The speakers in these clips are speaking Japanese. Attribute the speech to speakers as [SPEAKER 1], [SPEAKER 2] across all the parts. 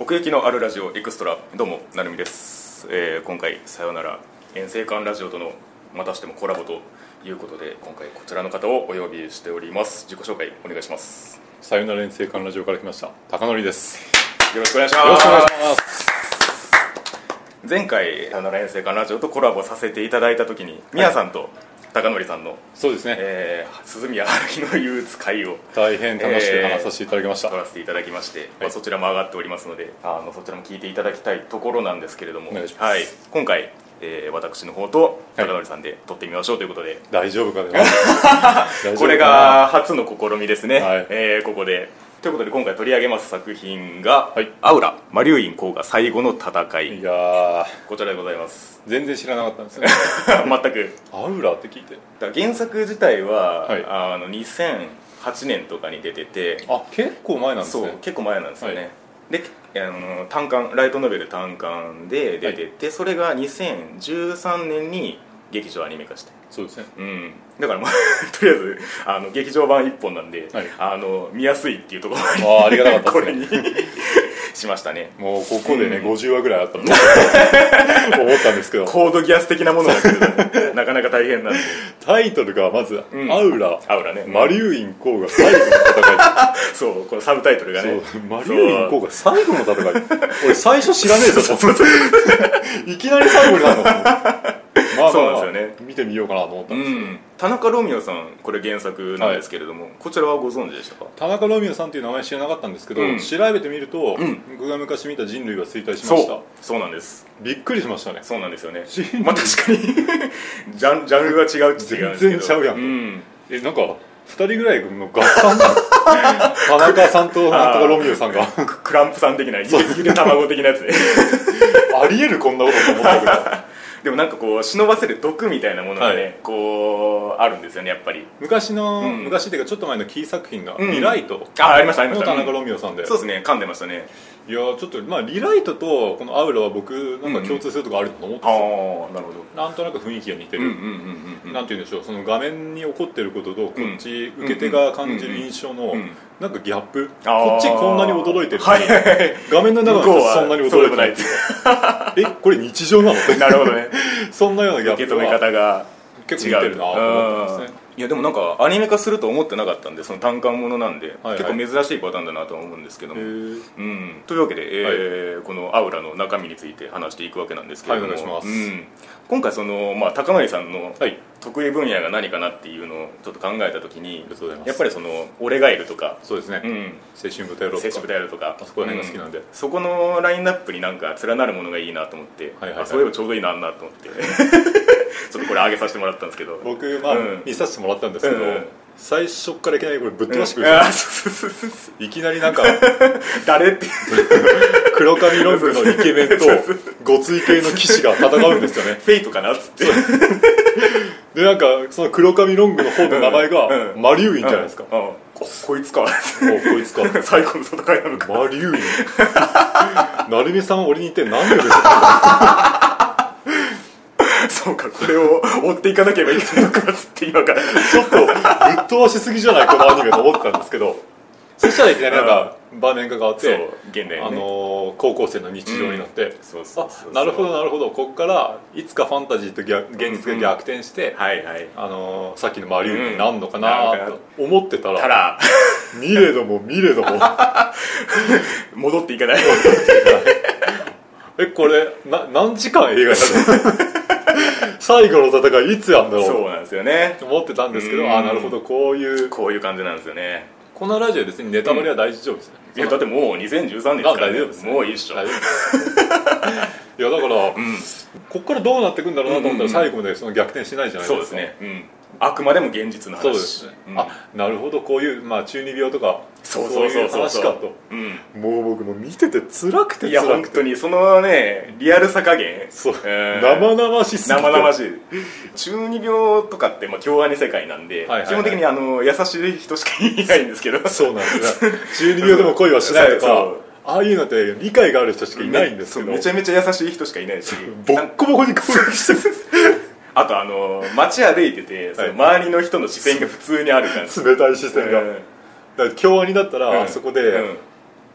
[SPEAKER 1] 奥行きのあるラジオエクストラどうもなるみです、えー今回さよなら遠征館ラジオとのまたしてもコラボということで今回こちらの方をお呼びしております自己紹介お願いします
[SPEAKER 2] さよなら遠征館ラジオから来ました高則です
[SPEAKER 1] よろしくお願いします
[SPEAKER 2] よろしくお願いします
[SPEAKER 1] 前回さよなら遠征館ラジオとコラボさせていただいた時にみや、さんと高則さんの、
[SPEAKER 2] そうですね、
[SPEAKER 1] えー、鈴宮春日の憂鬱会を
[SPEAKER 2] 大変楽しく話させていただきました、
[SPEAKER 1] 撮らせていただきまして、まあ
[SPEAKER 2] はい
[SPEAKER 1] そちらも上がっておりますのであのそちらも聞いていただきたいところなんですけれども
[SPEAKER 2] お願いします
[SPEAKER 1] はい、今回、えー私の方と
[SPEAKER 2] はい
[SPEAKER 1] 高典さんで撮ってみましょうということで、
[SPEAKER 2] 大丈夫 かな大丈夫かな
[SPEAKER 1] これが初の試みですね、
[SPEAKER 2] はい
[SPEAKER 1] えーここで。ということで今回取り上げます作品が「
[SPEAKER 2] はい
[SPEAKER 1] アウラマリュイン甲賀最後の戦い
[SPEAKER 2] い」やー
[SPEAKER 1] こちらでございます
[SPEAKER 2] 全然知らなかったんですね
[SPEAKER 1] 全く
[SPEAKER 2] アウラって聞いて
[SPEAKER 1] だから原作自体は、
[SPEAKER 2] はい
[SPEAKER 1] あの2008年とかに出てて
[SPEAKER 2] あ結構前なんです
[SPEAKER 1] そう
[SPEAKER 2] ね
[SPEAKER 1] 結構前なんですよね、
[SPEAKER 2] はい
[SPEAKER 1] であの単館ライトノベル単館で出てて、それが2013年に劇場アニメ化して
[SPEAKER 2] そうですね
[SPEAKER 1] うんだからもうとりあえ ずあの劇場版1本なんで、
[SPEAKER 2] はい
[SPEAKER 1] あの見やすいっていうところ
[SPEAKER 2] あーありがたか
[SPEAKER 1] こ
[SPEAKER 2] ったで
[SPEAKER 1] れ
[SPEAKER 2] す
[SPEAKER 1] に
[SPEAKER 2] ね
[SPEAKER 1] しましたね
[SPEAKER 2] もうここでね、
[SPEAKER 1] うん
[SPEAKER 2] 50話ぐらい あったと思思ったんですけど
[SPEAKER 1] コードギアス的なものだけれども なかなか大変なんで
[SPEAKER 2] タイトルがまず「
[SPEAKER 1] うん
[SPEAKER 2] アウラ
[SPEAKER 1] アウラね
[SPEAKER 2] マリュイン公が最後の戦い」
[SPEAKER 1] そうこのサブタイトルがね
[SPEAKER 2] そうマリオイン効果最後の 戦い俺最初知らねえぞ
[SPEAKER 1] そう
[SPEAKER 2] と思っていきなり最後 になるのまあ
[SPEAKER 1] そうなんですよね
[SPEAKER 2] 見てみようかなと思った
[SPEAKER 1] うん
[SPEAKER 2] です、
[SPEAKER 1] ん田中ロミオさんこれ原作なんですけれども、こちらはご存知でしたか
[SPEAKER 2] 田中ロミオさんっていう名前知らなかったんですけど、
[SPEAKER 1] うん
[SPEAKER 2] 調べてみると、
[SPEAKER 1] うん
[SPEAKER 2] 僕が昔見た人類は衰退しま
[SPEAKER 1] そ
[SPEAKER 2] し
[SPEAKER 1] う
[SPEAKER 2] た
[SPEAKER 1] そうなんです
[SPEAKER 2] びっくりしましたね
[SPEAKER 1] そうなんですよね
[SPEAKER 2] シーン
[SPEAKER 1] まあ確かに ジャンジャンルが違うっちゃ違うんですけど
[SPEAKER 2] 全然ちゃうやん
[SPEAKER 1] ん
[SPEAKER 2] えなんか2人ぐらいの合 算だ田中さんとなんとかロミオさんが
[SPEAKER 1] ククランプさん的なゆで 卵的なやつね
[SPEAKER 2] ありえるこんなことと思ったぐらい
[SPEAKER 1] でもなんかこう忍ばせる毒みたいなものがね、
[SPEAKER 2] はい
[SPEAKER 1] こうあるんですよねやっぱり
[SPEAKER 2] 昔の、
[SPEAKER 1] うん
[SPEAKER 2] 昔っていうかちょっと前のキー作品が「
[SPEAKER 1] ん
[SPEAKER 2] リライト」
[SPEAKER 1] あありましたありま
[SPEAKER 2] の
[SPEAKER 1] した
[SPEAKER 2] 田中ロミオさんで、
[SPEAKER 1] そうですね噛んでましたね
[SPEAKER 2] いやーちょっとまあリライトとこのアウラは僕なんか共通するとこあると思って
[SPEAKER 1] ああ
[SPEAKER 2] ますよ、
[SPEAKER 1] なるほど
[SPEAKER 2] なんとなく雰囲気が似て
[SPEAKER 1] うんうんう
[SPEAKER 2] る、
[SPEAKER 1] んうんう
[SPEAKER 2] なんんて言うんでしょうその画面に起こってることとこっち
[SPEAKER 1] うん
[SPEAKER 2] 受け手が感じる印象の
[SPEAKER 1] うんうん
[SPEAKER 2] なんかギャップ、
[SPEAKER 1] あー
[SPEAKER 2] こっちこんなに驚いてるの
[SPEAKER 1] は
[SPEAKER 2] に、
[SPEAKER 1] いはい はい
[SPEAKER 2] 画面の中の人はそんなに驚いてないっていうえこれ日常なの
[SPEAKER 1] なるほどね
[SPEAKER 2] そんなようなギャッ
[SPEAKER 1] 受け
[SPEAKER 2] プ
[SPEAKER 1] 止め
[SPEAKER 2] は
[SPEAKER 1] 方が
[SPEAKER 2] 結
[SPEAKER 1] 違
[SPEAKER 2] 構似て
[SPEAKER 1] う
[SPEAKER 2] るなと思ってますね
[SPEAKER 1] うんいやでもなんかアニメ化すると思ってなかったんでその単館ものなんで、
[SPEAKER 2] はいはい
[SPEAKER 1] 結構珍しいパターンだなとは思うんですけども、
[SPEAKER 2] へー
[SPEAKER 1] うん、というわけで、えーこの「アウラ」の中身について話していくわけなんですけれども、
[SPEAKER 2] はいお願いします
[SPEAKER 1] うん、今回その、まあ、高森さんの
[SPEAKER 2] はい
[SPEAKER 1] 得意分野が何かなっていうのをちょっと考えた時に
[SPEAKER 2] りがとうございます
[SPEAKER 1] やっぱりその「俺がいる」とか
[SPEAKER 2] そうですね、
[SPEAKER 1] 「うん、
[SPEAKER 2] 青春豚野郎
[SPEAKER 1] 接
[SPEAKER 2] とか
[SPEAKER 1] 触である」とか
[SPEAKER 2] あそこら辺が好きなんで
[SPEAKER 1] うそこのラインナップになんか連なるものがいいなと思って、
[SPEAKER 2] はいはいはい
[SPEAKER 1] あそういえばちょうどいいなあんなと思って ちょっとこれ上げさせてもらったんです けど
[SPEAKER 2] 僕まあ、
[SPEAKER 1] うん
[SPEAKER 2] 見させてもらったんですけど、
[SPEAKER 1] うん
[SPEAKER 2] 最初からいきなりこれぶっ飛ばしてくるじゃないですか
[SPEAKER 1] あそうそうそうそう
[SPEAKER 2] いきなりなんか
[SPEAKER 1] 誰って
[SPEAKER 2] 黒髪ロングのイケメンと
[SPEAKER 1] そうそう
[SPEAKER 2] ごつい系の騎士が戦うんですよね
[SPEAKER 1] フェイトかなっつって
[SPEAKER 2] でなんかその黒髪ロングの方の名前が
[SPEAKER 1] うん
[SPEAKER 2] マリュウインじゃないですか、
[SPEAKER 1] うんうんここいつか
[SPEAKER 2] おこいつか
[SPEAKER 1] 最後の戦いなのか
[SPEAKER 2] マリ ュウイン成美さんは俺に一体何でです
[SPEAKER 1] そうか、これを追っていかなければいけないのかっつって今から。
[SPEAKER 2] ちょっとぶっ飛ばしすぎじゃないこのアニメと思ってたんですけどそしたらいきなりなんか場面が変わっ
[SPEAKER 1] そう
[SPEAKER 2] て、、
[SPEAKER 1] 現代ね。
[SPEAKER 2] あのー高校生の日常になって、
[SPEAKER 1] そうそうそうそう
[SPEAKER 2] あなるほどなるほどここからいつかファンタジーと逆現実が逆転して、
[SPEAKER 1] はいはい。
[SPEAKER 2] あのーさっきのマリウムになんのかな
[SPEAKER 1] うんなんか
[SPEAKER 2] ーと思ってたら
[SPEAKER 1] たら、
[SPEAKER 2] 見れども見れども
[SPEAKER 1] 戻っていかない。
[SPEAKER 2] えこれな何時間映画や ったの最後の戦いいつやんだろ
[SPEAKER 1] そううなんですよね。
[SPEAKER 2] と思ってたんですけ
[SPEAKER 1] うん
[SPEAKER 2] どあーなるほどこういう
[SPEAKER 1] こういう感じなんですよね。
[SPEAKER 2] このラジオ別にネタバレは大丈夫ですね、
[SPEAKER 1] いや、だってもう2013年です
[SPEAKER 2] あ
[SPEAKER 1] から
[SPEAKER 2] 大
[SPEAKER 1] ね
[SPEAKER 2] 丈夫です、ね、
[SPEAKER 1] もういいっしょ。
[SPEAKER 2] 大丈夫ですいやだから、こっからどうなってくんだろうなと思ったら最後までその逆転しないじゃないですか
[SPEAKER 1] そうですね。うん。あくまでも現実の話。
[SPEAKER 2] そうですね、
[SPEAKER 1] ん
[SPEAKER 2] あなるほどこういう、まあ、中二病とか
[SPEAKER 1] そうそうそうそう。
[SPEAKER 2] そういう話かと
[SPEAKER 1] うん。
[SPEAKER 2] もう僕も見てて辛くて
[SPEAKER 1] いや、
[SPEAKER 2] 辛
[SPEAKER 1] 本
[SPEAKER 2] くて
[SPEAKER 1] 当に、そのね、リアルさ加減。
[SPEAKER 2] そう
[SPEAKER 1] うん
[SPEAKER 2] 生々しすぎて
[SPEAKER 1] 生々しい中二病とかってまあ共和に世界なんで、
[SPEAKER 2] はいはいはい
[SPEAKER 1] 基本的にあの優しい人しかいないんですけど
[SPEAKER 2] そうなん ですよ12秒でも恋はしないと
[SPEAKER 1] そ
[SPEAKER 2] か
[SPEAKER 1] う
[SPEAKER 2] ああいうのって理解がある人しかいないんですけ
[SPEAKER 1] そう
[SPEAKER 2] ど
[SPEAKER 1] めちゃめちゃ優しい人しかいない し
[SPEAKER 2] ボ
[SPEAKER 1] なん
[SPEAKER 2] ッコボコに攻撃して
[SPEAKER 1] あとあの街歩いててその周りの人の視線が普通にある感じ
[SPEAKER 2] 冷たい視線が、
[SPEAKER 1] うん
[SPEAKER 2] だから京アニだったら、
[SPEAKER 1] うん
[SPEAKER 2] そこで、
[SPEAKER 1] うん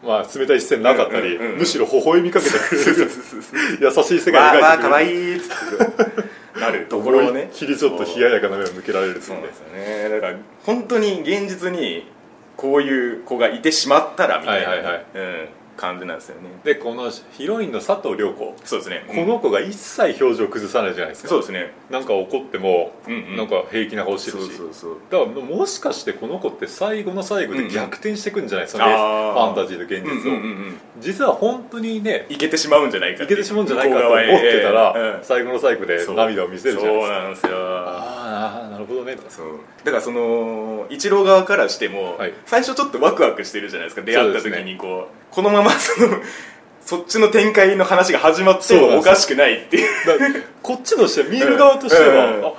[SPEAKER 2] まあ、冷たい視線なかったり、
[SPEAKER 1] うんうんうん
[SPEAKER 2] むしろ微笑みかけてくれ
[SPEAKER 1] そうそう
[SPEAKER 2] る
[SPEAKER 1] そうそ
[SPEAKER 2] 優しい世
[SPEAKER 1] うわ
[SPEAKER 2] 界
[SPEAKER 1] あ
[SPEAKER 2] に
[SPEAKER 1] わ
[SPEAKER 2] 描
[SPEAKER 1] あかわ
[SPEAKER 2] いてくれ
[SPEAKER 1] い
[SPEAKER 2] る
[SPEAKER 1] いっつってなるところをね
[SPEAKER 2] 思いっきりちょっと冷ややかな目を向けられるっつ
[SPEAKER 1] そ
[SPEAKER 2] うん
[SPEAKER 1] う
[SPEAKER 2] で
[SPEAKER 1] ですよねだから本当に現実にこういう子がいてしまったらみたいな、
[SPEAKER 2] はいはいはい
[SPEAKER 1] うん、感じなんですよね
[SPEAKER 2] でこのヒロインの佐藤涼子
[SPEAKER 1] そうですね
[SPEAKER 2] この子が一切表情崩さないじゃないです
[SPEAKER 1] うん
[SPEAKER 2] か、
[SPEAKER 1] そうですね
[SPEAKER 2] なんか怒っても、
[SPEAKER 1] うんうん
[SPEAKER 2] なんか平気な顔して
[SPEAKER 1] そう
[SPEAKER 2] るし
[SPEAKER 1] そうそう
[SPEAKER 2] だからもしかしてこの子って最後の最後
[SPEAKER 1] うんう
[SPEAKER 2] で
[SPEAKER 1] ん
[SPEAKER 2] 逆転してくんじゃないです
[SPEAKER 1] あ
[SPEAKER 2] か、そ
[SPEAKER 1] ー
[SPEAKER 2] のファンタジーと現
[SPEAKER 1] うん
[SPEAKER 2] 実
[SPEAKER 1] う
[SPEAKER 2] を、
[SPEAKER 1] んうんうん
[SPEAKER 2] 実は本当にね
[SPEAKER 1] いけてしまうんじゃないか
[SPEAKER 2] いけてしまうんじゃないかと思ってたら、最後の最後で涙を見せるじ
[SPEAKER 1] で
[SPEAKER 2] ゃないですす
[SPEAKER 1] か
[SPEAKER 2] か
[SPEAKER 1] そうなんですよ
[SPEAKER 2] あーあーなるほどね
[SPEAKER 1] そうだからそのイチロー側からしても、
[SPEAKER 2] はい
[SPEAKER 1] 最初ちょっとワクワクしてるじゃないですか出会った
[SPEAKER 2] そう
[SPEAKER 1] 時
[SPEAKER 2] です
[SPEAKER 1] にこうこのままその そっちの展開の話が始まって
[SPEAKER 2] そうなん
[SPEAKER 1] も
[SPEAKER 2] です
[SPEAKER 1] おかしくないっていう
[SPEAKER 2] だからこっちとしては見る側としては、
[SPEAKER 1] うん
[SPEAKER 2] あ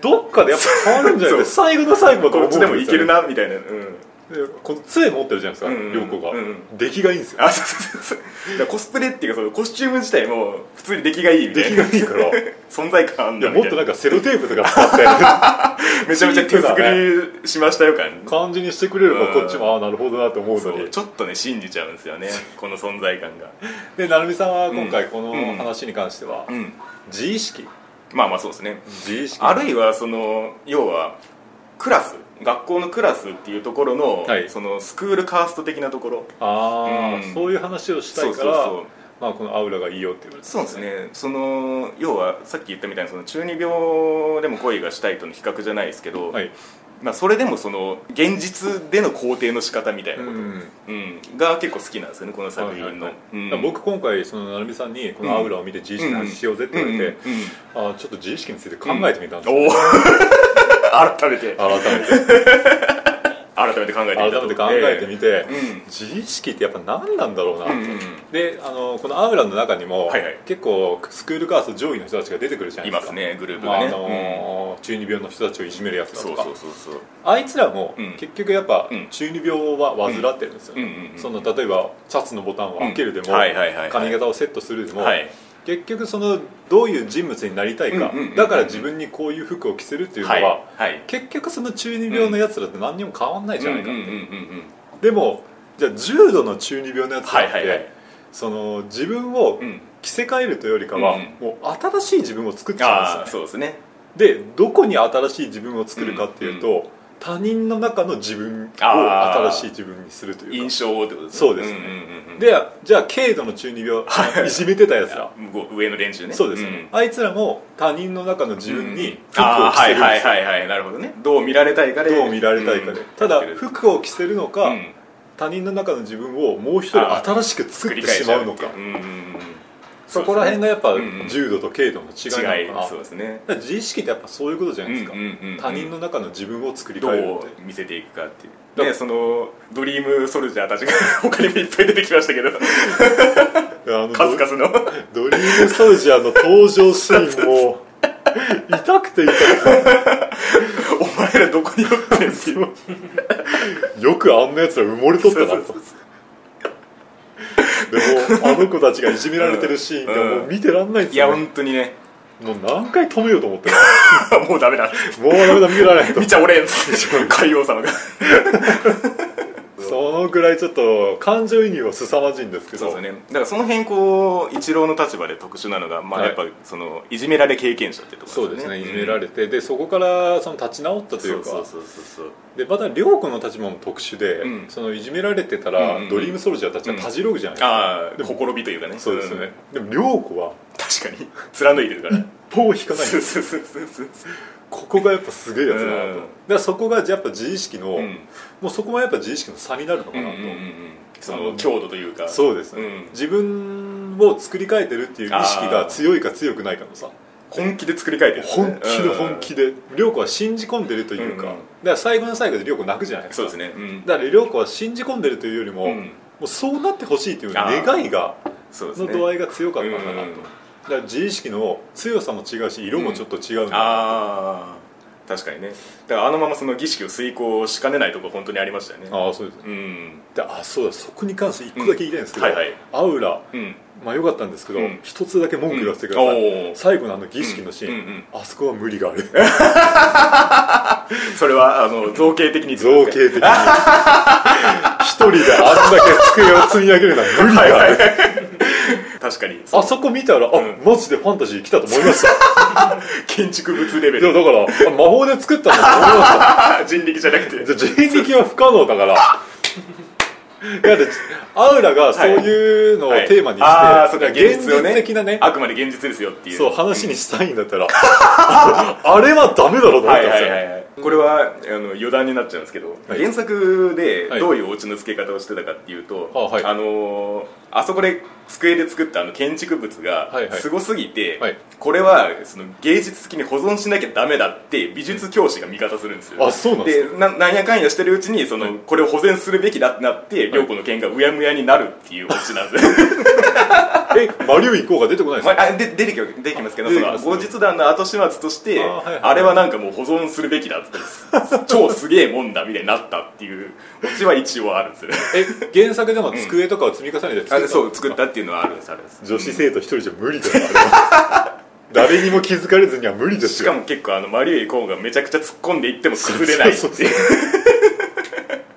[SPEAKER 2] どっかでやっぱ変わるんじゃないか
[SPEAKER 1] そ
[SPEAKER 2] 最後の最後まで
[SPEAKER 1] こ
[SPEAKER 2] 思う
[SPEAKER 1] っちでもいける
[SPEAKER 2] ん
[SPEAKER 1] なみたいな、うん、
[SPEAKER 2] ですよねでこの杖持ってるじゃないですか
[SPEAKER 1] うんうん
[SPEAKER 2] 涼子、が、
[SPEAKER 1] うん
[SPEAKER 2] 出来がいいんですよ
[SPEAKER 1] あそうそうそうそうだからコスプレっていうかそのコスチューム自体も普通に出来がいいみたいな
[SPEAKER 2] 出来がいいから
[SPEAKER 1] 存在感あん
[SPEAKER 2] いや
[SPEAKER 1] だ
[SPEAKER 2] も
[SPEAKER 1] み
[SPEAKER 2] っ
[SPEAKER 1] た
[SPEAKER 2] と
[SPEAKER 1] い
[SPEAKER 2] な
[SPEAKER 1] なん
[SPEAKER 2] かセロテープとか使って
[SPEAKER 1] めちゃめちゃ手作りしましたよ感
[SPEAKER 2] 感じにしてくれれば
[SPEAKER 1] うん
[SPEAKER 2] こっちもああなるほどなと思うの
[SPEAKER 1] そう
[SPEAKER 2] に
[SPEAKER 1] ちょっとね信じちゃうんですよねこの存在感が
[SPEAKER 2] で成美さんは今
[SPEAKER 1] う
[SPEAKER 2] 回
[SPEAKER 1] ん
[SPEAKER 2] この話に関しては、
[SPEAKER 1] うん
[SPEAKER 2] 自意識
[SPEAKER 1] まあまあそうですね
[SPEAKER 2] 自意識
[SPEAKER 1] あるいはその要はクラス学校のクラスっていうところの,、
[SPEAKER 2] はい
[SPEAKER 1] そのスクールカースト的なところ
[SPEAKER 2] あー、
[SPEAKER 1] うん
[SPEAKER 2] そういう話をしたいから
[SPEAKER 1] そうそうそう
[SPEAKER 2] まあ、このアウラがいいよって言われて
[SPEAKER 1] そうですねその要はさっき言ったみたいにその中二病でも恋がしたいとの比較じゃないですけど、
[SPEAKER 2] はい、
[SPEAKER 1] まあ、それでもその現実での肯定の仕方みたいな
[SPEAKER 2] う
[SPEAKER 1] こと、うん
[SPEAKER 2] ん
[SPEAKER 1] が結構好きなんですよねこの作品の、
[SPEAKER 2] はいはいはい
[SPEAKER 1] うん
[SPEAKER 2] だから僕今回その成美さんにこのアウラを見て自意識の話しようぜって言われて、
[SPEAKER 1] うんうんうん
[SPEAKER 2] あーちょっと自意識について考えてみたんですよ、
[SPEAKER 1] おお 改めて
[SPEAKER 2] 改めて
[SPEAKER 1] 改めて考えてみた
[SPEAKER 2] 改
[SPEAKER 1] と
[SPEAKER 2] めて考えてみて、
[SPEAKER 1] うん
[SPEAKER 2] 自意識ってやっぱ何なんだろうなと、
[SPEAKER 1] うんうんうん
[SPEAKER 2] であのこのアウラの中にも、
[SPEAKER 1] はいはい
[SPEAKER 2] 結構スクールカースト上位の人たちが出てくるじゃない
[SPEAKER 1] い
[SPEAKER 2] で
[SPEAKER 1] ますす
[SPEAKER 2] か
[SPEAKER 1] ねグループ
[SPEAKER 2] まあ
[SPEAKER 1] がね、
[SPEAKER 2] あのー中二病の人たちをいじめるやつ
[SPEAKER 1] うん
[SPEAKER 2] だと
[SPEAKER 1] そう
[SPEAKER 2] か
[SPEAKER 1] そうそうそう
[SPEAKER 2] あいつらも
[SPEAKER 1] うん
[SPEAKER 2] 結局やっぱ
[SPEAKER 1] うん
[SPEAKER 2] 中二病は患ってるんですよね、
[SPEAKER 1] うんうんうんうん
[SPEAKER 2] その例えばシャツのボタンを開けるでも、
[SPEAKER 1] うんはいはいはいはい
[SPEAKER 2] 髪型をセットするでも、
[SPEAKER 1] はい
[SPEAKER 2] 結局そのどういう人物になりたいか、
[SPEAKER 1] うんうんうんうん
[SPEAKER 2] だから自分にこういう服を着せるっていうの
[SPEAKER 1] はい
[SPEAKER 2] は、
[SPEAKER 1] はい
[SPEAKER 2] 結局その中二病のやつらって何にも変わんないじゃないか、
[SPEAKER 1] うんうんうんうん
[SPEAKER 2] でもじゃあ重度の中二病のやつらって、
[SPEAKER 1] はいはいはい
[SPEAKER 2] その自分を
[SPEAKER 1] うん
[SPEAKER 2] 着せ替えるというよりかは、
[SPEAKER 1] うんう
[SPEAKER 2] もう新しい自分を作っちゃうん
[SPEAKER 1] あ
[SPEAKER 2] で
[SPEAKER 1] あ
[SPEAKER 2] す
[SPEAKER 1] そ
[SPEAKER 2] よ
[SPEAKER 1] うですね
[SPEAKER 2] でどこに新しい自分を作るかっていうと、他人の中の自分を
[SPEAKER 1] あー
[SPEAKER 2] 新しい自分にするというか
[SPEAKER 1] 印象ってことですね
[SPEAKER 2] そうです
[SPEAKER 1] ん
[SPEAKER 2] ね
[SPEAKER 1] うんうんうん
[SPEAKER 2] でじゃあ軽度の中二病いじめてたやつら
[SPEAKER 1] 向こう上の連中ね
[SPEAKER 2] そうですよね、
[SPEAKER 1] ん
[SPEAKER 2] あいつらも他人の中の自分に服
[SPEAKER 1] あ
[SPEAKER 2] を
[SPEAKER 1] あ
[SPEAKER 2] 着
[SPEAKER 1] は
[SPEAKER 2] せ
[SPEAKER 1] い
[SPEAKER 2] るん
[SPEAKER 1] は
[SPEAKER 2] で
[SPEAKER 1] い
[SPEAKER 2] すよ
[SPEAKER 1] はいはいなるほどねどう見られたいかで
[SPEAKER 2] どう見られたいかで、
[SPEAKER 1] うん
[SPEAKER 2] ただ
[SPEAKER 1] やってる
[SPEAKER 2] 服を着せるのか、
[SPEAKER 1] うん
[SPEAKER 2] 他人の中の自分をもう一人
[SPEAKER 1] あー
[SPEAKER 2] 新しく作
[SPEAKER 1] 繰
[SPEAKER 2] って
[SPEAKER 1] り返
[SPEAKER 2] し
[SPEAKER 1] し
[SPEAKER 2] ま
[SPEAKER 1] ちゃ
[SPEAKER 2] うの
[SPEAKER 1] ってい
[SPEAKER 2] か
[SPEAKER 1] うんうんうんうん
[SPEAKER 2] そこら辺がやっぱ
[SPEAKER 1] うんうん
[SPEAKER 2] 重度と軽度の違
[SPEAKER 1] 違
[SPEAKER 2] い
[SPEAKER 1] い
[SPEAKER 2] なのかな、
[SPEAKER 1] そうですね
[SPEAKER 2] だから自意識ってやっぱそういうことじゃないですか、
[SPEAKER 1] うんうんうんうん
[SPEAKER 2] 他人の中の自分を作り
[SPEAKER 1] ど
[SPEAKER 2] 変えるっ
[SPEAKER 1] う
[SPEAKER 2] て
[SPEAKER 1] 見せていくかっていう
[SPEAKER 2] だ
[SPEAKER 1] ねそのドリームソルジャーたちが他にもいっぱい出てきましたけど
[SPEAKER 2] あの
[SPEAKER 1] 数々の
[SPEAKER 2] ドリームソルジャーの登場シーンも痛くて痛く
[SPEAKER 1] お前らどこにおってん っていう
[SPEAKER 2] てよくあんなやつら埋もれとったなと
[SPEAKER 1] そうそう
[SPEAKER 2] でもあの子たちがいじめられてるシーンが
[SPEAKER 1] うん
[SPEAKER 2] もう見てらんないで
[SPEAKER 1] い
[SPEAKER 2] す
[SPEAKER 1] や
[SPEAKER 2] よ、ね
[SPEAKER 1] 本当にね
[SPEAKER 2] もう何回止めようと思ってる
[SPEAKER 1] もうダメだ
[SPEAKER 2] もうダ メだ見てられないと
[SPEAKER 1] 見ちゃおれんっつって海王様が
[SPEAKER 2] そのぐらいちょっと感情移入は凄まじいんですけ
[SPEAKER 1] そう
[SPEAKER 2] ど
[SPEAKER 1] ですねだからその辺こう一郎の立場で特殊なのが、まあ、
[SPEAKER 2] はい
[SPEAKER 1] やっぱそのいじめられ経験者ってところ
[SPEAKER 2] そうですねいじめられて、でそこからその立ち直ったと
[SPEAKER 1] そ
[SPEAKER 2] い
[SPEAKER 1] う
[SPEAKER 2] うか
[SPEAKER 1] そうそうそうそう
[SPEAKER 2] でまた涼子の立場も特殊で、
[SPEAKER 1] うん
[SPEAKER 2] そのいじめられてた
[SPEAKER 1] う
[SPEAKER 2] ら、
[SPEAKER 1] んうん
[SPEAKER 2] ドリームソルジャーたちはたじろぐじゃないですか、
[SPEAKER 1] ああ
[SPEAKER 2] でも
[SPEAKER 1] ほころびというかね
[SPEAKER 2] そうですよね、でも涼子は
[SPEAKER 1] 確かに貫いてるから
[SPEAKER 2] 棒を引かな いん
[SPEAKER 1] そう
[SPEAKER 2] です
[SPEAKER 1] そうそうそうそう
[SPEAKER 2] ここがやっぱすげえやつだな
[SPEAKER 1] う
[SPEAKER 2] と、
[SPEAKER 1] ん
[SPEAKER 2] だからそこがやっぱ自意識の、
[SPEAKER 1] うん
[SPEAKER 2] もうそこもやっぱ自意識の差になるのか
[SPEAKER 1] う
[SPEAKER 2] なと、
[SPEAKER 1] んうんうんうんその強度というか
[SPEAKER 2] そうですね、
[SPEAKER 1] うん
[SPEAKER 2] 自分を作り変えてるっていう意識が強いか強くないかのさ
[SPEAKER 1] 本気で作り変えてる、
[SPEAKER 2] 本気の本気
[SPEAKER 1] で、
[SPEAKER 2] で涼子は信じ込んでるというか、
[SPEAKER 1] うんうん
[SPEAKER 2] だから最後の最後で涼子泣くじゃないですか
[SPEAKER 1] そうですねうん
[SPEAKER 2] だから涼子は信じ込んでるというよりも、
[SPEAKER 1] う
[SPEAKER 2] も
[SPEAKER 1] ん
[SPEAKER 2] うそうなってほしいという
[SPEAKER 1] あー
[SPEAKER 2] 願いが
[SPEAKER 1] そうです
[SPEAKER 2] の
[SPEAKER 1] ね
[SPEAKER 2] 度合いが強かったんだなと、
[SPEAKER 1] うん
[SPEAKER 2] だから自意識の強さも違うし色もちょっと違うんだ、
[SPEAKER 1] ああ確かにねだからあのままその儀式を遂行しかねないとこ本当にありましたよね
[SPEAKER 2] ああそうです
[SPEAKER 1] うん
[SPEAKER 2] であそうだそこに関して一個だけ言いたいんですけど、
[SPEAKER 1] うんはいはい
[SPEAKER 2] アウラ
[SPEAKER 1] うん
[SPEAKER 2] まあ良かったんですけど
[SPEAKER 1] うん
[SPEAKER 2] 一、つだけ文句言わせてください、
[SPEAKER 1] うんおー
[SPEAKER 2] 最後のあの儀式のシーン、
[SPEAKER 1] うんうん
[SPEAKER 2] あそこは無 理がある
[SPEAKER 1] それはあの造形的に
[SPEAKER 2] 造形的に一人であんだけ机を積み上げるのは無理だ、
[SPEAKER 1] はいはい確かに
[SPEAKER 2] あそこ見たらあ、
[SPEAKER 1] ん
[SPEAKER 2] マジでファンタジー来たと思い ました
[SPEAKER 1] 建築物レベ
[SPEAKER 2] いや
[SPEAKER 1] ル
[SPEAKER 2] だからあ魔法で作ったんだと思いました
[SPEAKER 1] 人力じゃなくて
[SPEAKER 2] じゃあ人力は不可能だから。だってアウラがそういうのをテーマにして、
[SPEAKER 1] はいあーそうか
[SPEAKER 2] 現
[SPEAKER 1] 現実をね
[SPEAKER 2] 実的なね
[SPEAKER 1] あくまで現実ですよっていう
[SPEAKER 2] そう話にしたいんだったら あれはダメだろうと思っ
[SPEAKER 1] は
[SPEAKER 2] たん
[SPEAKER 1] い
[SPEAKER 2] で
[SPEAKER 1] は
[SPEAKER 2] すよ、
[SPEAKER 1] いはいはい、これはあの余談になっちゃうんですけど、
[SPEAKER 2] はい
[SPEAKER 1] 原作で
[SPEAKER 2] はい
[SPEAKER 1] どういうお家の付け方をしてたかっていうと、
[SPEAKER 2] あはい
[SPEAKER 1] のーあそこで机で作ったあの建築物が
[SPEAKER 2] はいはい
[SPEAKER 1] すごすぎて、
[SPEAKER 2] はい
[SPEAKER 1] これはその芸術的に保存しなきゃダメだって美術教師が味方するんですよ、
[SPEAKER 2] あそうなんです
[SPEAKER 1] ななんやかんやしてるうちにその、これを保全するべきだってなって良子、の件がうやむやになるっていうオチなんですよ
[SPEAKER 2] えマリウイコーが出てこないんです
[SPEAKER 1] ま
[SPEAKER 2] か、
[SPEAKER 1] あ、あで出てきます出てきますけど
[SPEAKER 2] 出
[SPEAKER 1] そ
[SPEAKER 2] てき
[SPEAKER 1] の
[SPEAKER 2] ます
[SPEAKER 1] 後日談の後始末としてあ,、
[SPEAKER 2] あーはいはい
[SPEAKER 1] れはなんかもう保存するべきだって超すげえもんだみたいになったっていうオチは一応あるんですよ
[SPEAKER 2] え原作でも机とかを積み重ねて作った、
[SPEAKER 1] あでそう作ったっていうのはあるんですあるんです
[SPEAKER 2] 女子生徒一人じゃ無理だよあれは誰にも気づかれずには無理です
[SPEAKER 1] しか
[SPEAKER 2] よ
[SPEAKER 1] も結構あのマリウイコーンがめちゃくちゃ突っ込んでいっても崩れないって
[SPEAKER 2] そうそう
[SPEAKER 1] いう